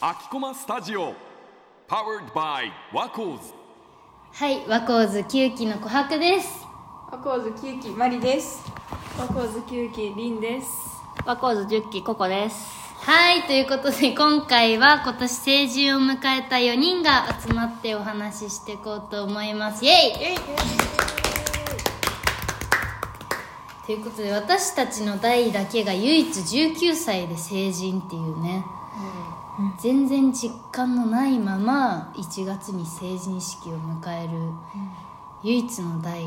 秋駒スタジオ Powered by ワコーズはい、和光図9期の琥珀です。ワコーズキュウキマリです。ワコーズキュウキリンです。ワコーズ10期ココですはい、ということで今回は今年成人を迎えた4人が集まってお話ししていこうと思います。イェイということで私たちの代だけが唯一19歳で成人っていうね、全然実感のないまま1月に成人式を迎える唯一の代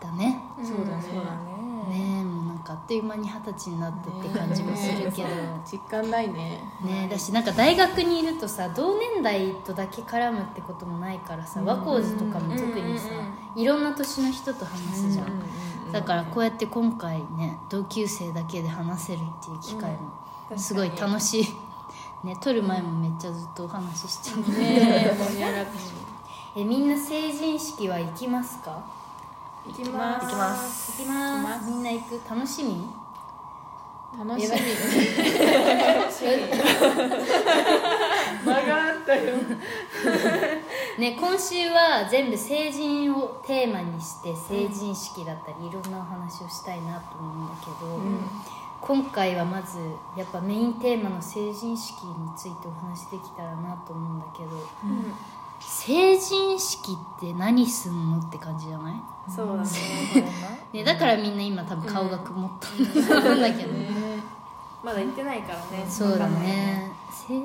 だね、そうだね。ねえもうなんかあっという間に二十歳になってって感じもするけど、実感ないね。ねえだしなんか大学にいるとさ同年代とだけ絡むってこともないからさ和光寺とかも特にさ、いろんな年の人と話すじゃん,、だからこうやって今回ね同級生だけで話せるっていう機会うもんすごい楽しい、ね撮る前もめっちゃずっとお話ししてる、 ねえ、盛り上がってしえみんな成人式は行きますか行きます。行きます。行きますみんな行く楽しみ楽しみ。間があったよ。ね、今週は全部成人をテーマにして成人式だったりいろんなお話をしたいなと思うんだけど、今回はまずやっぱメインテーマの成人式についてお話しできたらなと思うんだけど、成人式って何すんのって感じじゃない、そうだね。ね、だからみんな今多分顔が曇ったんだと思うんだけど、まだ行ってないからね。そうだ。ね成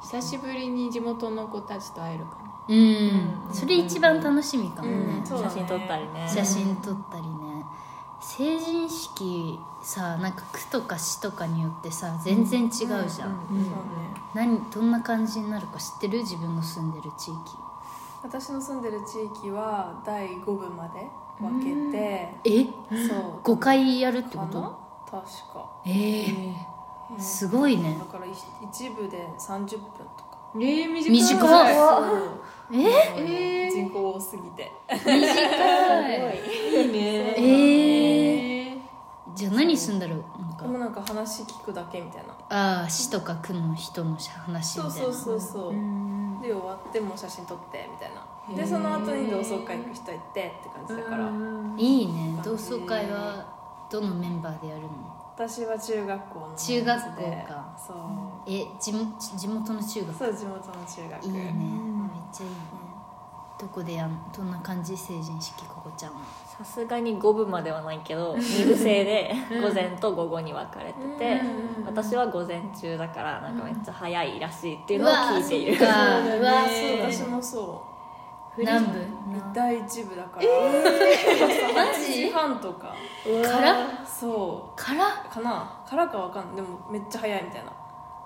久しぶりに地元の子たちと会えるかな。うん、それ一番楽しみかもね、写真撮ったりね写真撮ったりね成人式さなんか区とか市とかによってさ全然違うじゃん、何どんな感じになるか知ってる自分の住んでる地域私の住んでる地域は第5部まで分けて、えそう5回やるってかこなと確か、ええすごいねだから一一部で30分とかええ、短短いええ人口多すぎて短いいいね。えじゃあ何すんだろうなんでもかなんか話聞くだけみたいなああ市とか区の人の話みそうたいなそうそうそうで終わってもう写真撮ってみたいなでその後に同窓会行く人行ってって感じだからいいね同窓会はどのメンバーでやるの私は中学校の中学校でかそうえ地元地元の中学そう地元の中学いいね、めっちゃいいねどこでやんどんな感じ成人式ここちゃんはさすがに5部まではないけど二部制で午前と午後に分かれてて私は午前中だからなんかめっちゃ早いらしいっていうのを聞いているうわーそっかうわー私もそうそう南部第一部だから、えマジ8時半とかからそからうかなからかわかんないでもめっちゃ早いみたいな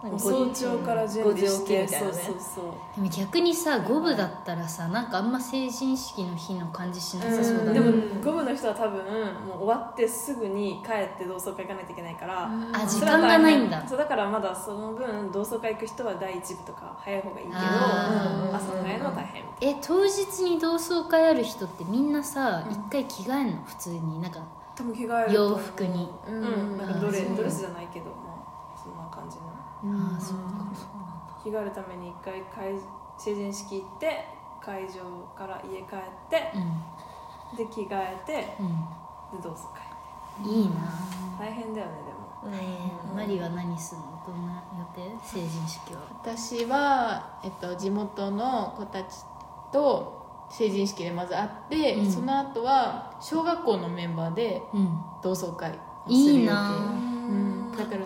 もう早5時朝から準備して5時起きみたいそなうねそうそでも逆にさ五部だったらさなんかあんま成人式の日の感じしなうさそうだでね、もゴムの人は多分もう終わってすぐに帰って同窓会行かないといけないから、あ時それは間がないんだそうだからまだその分同窓会行く人は第一部とか早い方がいいけどあー朝早いのは大変みたいえ当日に同窓会ある人ってみんなさ一回着替えんの普通になんかな多分着替えると洋服に、うん、なんかドレあーそうドレスじゃないけどまあそんな感じのああそうか着替えるために一回会成人式行って会場から家帰ってうで着替えてでんうん同窓会いいな大変だよねでも大変マリは何すんのどんな予定成人式は私は、えっと、地元の子たちと成人式でまず会って、うんその後は小学校のメンバーでうん同窓会をする予定いいなうん、だから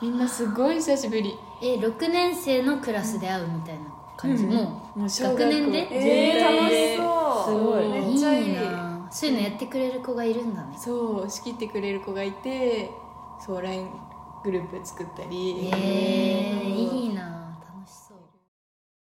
みんなすごい久しぶりえ6年生のクラスで会うみたいな感じ、うんもうもう小学学年でええー、楽えしそうすごいめっちゃいいなそういうのやってくれる子がいるんだね、そう仕切ってくれる子がいてそう LINE グループ作ったり、えー、いい